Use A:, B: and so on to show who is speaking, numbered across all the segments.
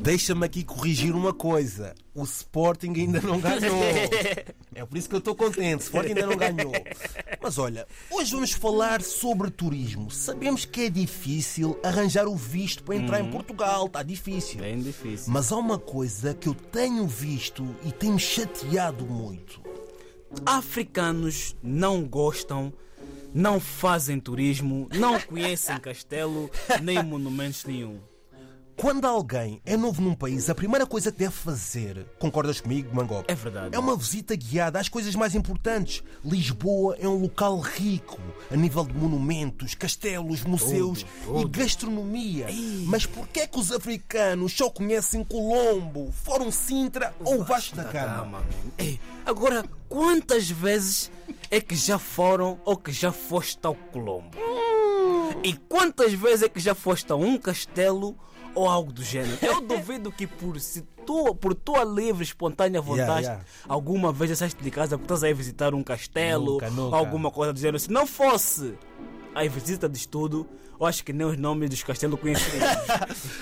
A: Deixa-me aqui corrigir uma coisa. O Sporting ainda não ganhou. É por isso que eu estou contente. O
B: É
A: Sporting ainda não ganhou. Mas olha, hoje vamos falar sobre turismo. Sabemos que é difícil arranjar o visto para entrar em Portugal. Está difícil.
B: Bem difícil.
A: Mas há uma coisa que eu tenho visto e tem-me chateado muito.
B: Africanos não gostam, não fazem turismo, não conhecem castelo, nem monumentos nenhum.
A: Quando alguém é novo num país, a primeira coisa que deve fazer, concordas comigo, Mangop?
B: É verdade.
A: É uma visita guiada às coisas mais importantes. Lisboa é um local rico, a nível de monumentos, castelos, museus
B: tudo.
A: e gastronomia. Mas porquê é que os africanos só conhecem Colombo, Fórum Sintra ou Vasco da Gama?
B: Calma, man. Ei, agora, quantas vezes é que já foram ou que já foste ao Colombo?
A: Hum.
B: E quantas vezes é que já foste a um castelo ou algo do gênero? Eu duvido que por, se tu, por tua livre, espontânea vontade,
A: yeah.
B: alguma vez já saíste de casa porque estás aí visitar um castelo
A: Nunca, nunca.
B: alguma coisa do gênero. Se não fosse a visita de estudo, eu acho que nem os nomes dos castelos conheceríamos.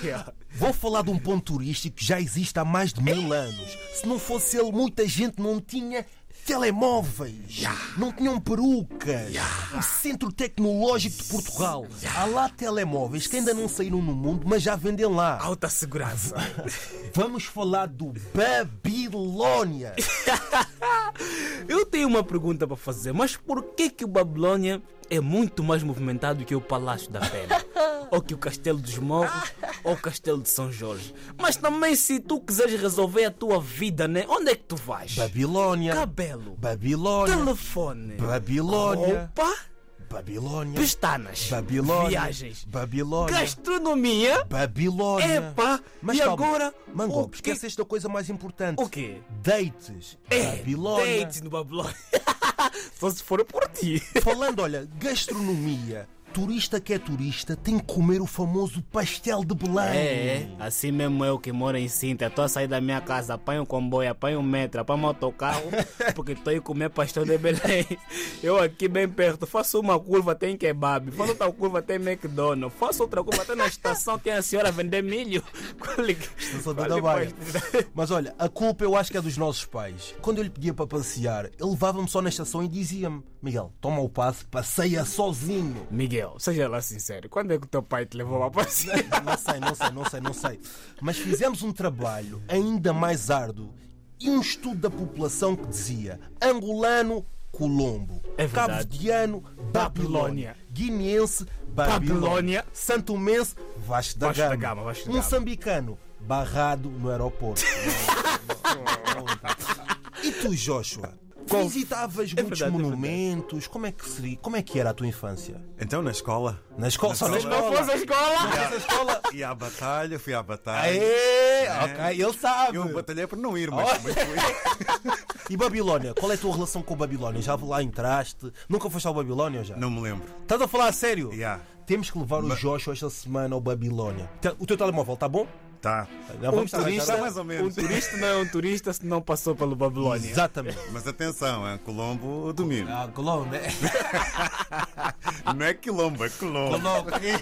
B: Yeah.
A: Vou falar de um ponto turístico que já existe há mais de mil anos. Se não fosse ele, muita gente não tinha telemóveis, não tinham perucas. O Centro Tecnológico de Portugal. Há lá telemóveis que ainda não saíram no mundo, mas já vendem lá.
B: Alta segurança.
A: Vamos falar do Babilónia.
B: Eu tenho uma pergunta para fazer, mas por que que o Babilônia é muito mais movimentado que o Palácio da Pena? ou que o Castelo dos Morros, ou o Castelo de São Jorge? Mas também se tu quiseres resolver a tua vida, né? Onde é que tu vais?
A: Babilónia.
B: Cabelo,
A: Babilónia.
B: telefone,
A: Babilónia.
B: roupa,
A: Babilónia.
B: pestanas,
A: Babilônia.
B: viagens,
A: Babilónia.
B: gastronomia,
A: Babilónia.
B: Epa, e agora,
A: Mango,
B: o que- é
A: esqueceste da coisa mais importante.
B: o quê?
A: Dates.
B: É,
A: Babilónia.
B: dates no Babilônia. Só se for por ti.
A: Falando, olha, gastronomia. Turista que é turista tem que comer o famoso pastel de Belém.
B: É, é, assim mesmo eu que moro em Sintra, estou a sair da minha casa, apanho um comboio, apanho um metro, apanho um autocarro, porque estou a ir comer pastel de Belém. Eu aqui bem perto, faço uma curva, tem kebab, faço outra curva, tem McDonald's, faço outra curva, até na estação tem a senhora a vender milho. Qual é que-
A: Estação da
B: qual é
A: da
B: que
A: Baia.
B: pastel-
A: Mas olha, a culpa eu acho que é dos nossos pais. Quando eu lhe pedia para passear, ele levava-me só na estação e dizia-me: Miguel, toma o passe, passeia sozinho.
B: Miguel, seja lá sincero, quando é que o teu pai te levou a passear?
A: Não sei, não sei, não sei, não sei. Mas fizemos um trabalho ainda mais árduo e um estudo da população que dizia: angolano, Colombo,
B: É verdade.
A: cabo-verdiano, Babilónia,
B: Babilónia.
A: guineense, Babilónia,
B: Babilónia.
A: santomense, Vasco da
B: Vasco da
A: Gama,
B: Gama, Vasco da Gama.
A: moçambicano, barrado no aeroporto. e tu, Joshua?
B: Qual-
A: Visitavas
B: É
A: muitos
B: verdade, é verdade.
A: monumentos, como é que seria? Como é que era a tua infância?
C: Então na escola.
A: Na escola, só na
C: Na
B: Se não
A: escola.
B: fosse a escola...
A: Na escola.
C: E à batalha, fui à batalha.
A: Aê, ok, ele sabe.
C: É. Eu batalhei por não ir, mas, mas fui.
A: E Babilónia? Qual é a tua relação com Babilónia? Já lá entraste? Nunca foste ao Babilónia já?
C: Não me lembro.
A: Estás a falar a sério?
C: Yeah.
A: Temos que levar o Joshua esta semana ao Babilónia. Te- O teu telemóvel está bom?
C: Tá.
A: Já
B: Um
A: vamos arranjar-
B: turista,
C: mais ou menos.
B: um turista não é um turista se não passou pelo Babilônia.
A: Exatamente.
C: Mas atenção, é Colombo domino.
A: Ah, Colombo, né?
C: Não é quilombo, é Colombo.
A: Colombo.